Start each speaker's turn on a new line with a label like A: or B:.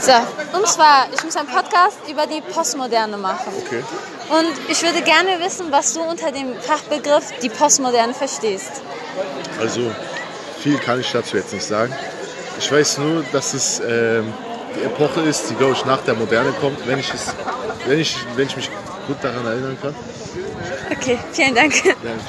A: So, und zwar, ich muss einen Podcast über die Postmoderne machen.
B: Okay.
A: Und ich würde gerne wissen, was du unter dem Fachbegriff die Postmoderne verstehst.
B: Also viel kann ich dazu jetzt nicht sagen. Ich weiß nur, dass es ähm, die Epoche ist, die glaube ich nach der Moderne kommt, wenn ich, es, wenn, ich, wenn ich mich gut daran erinnern kann.
A: Okay, vielen Dank.
B: Dankeschön.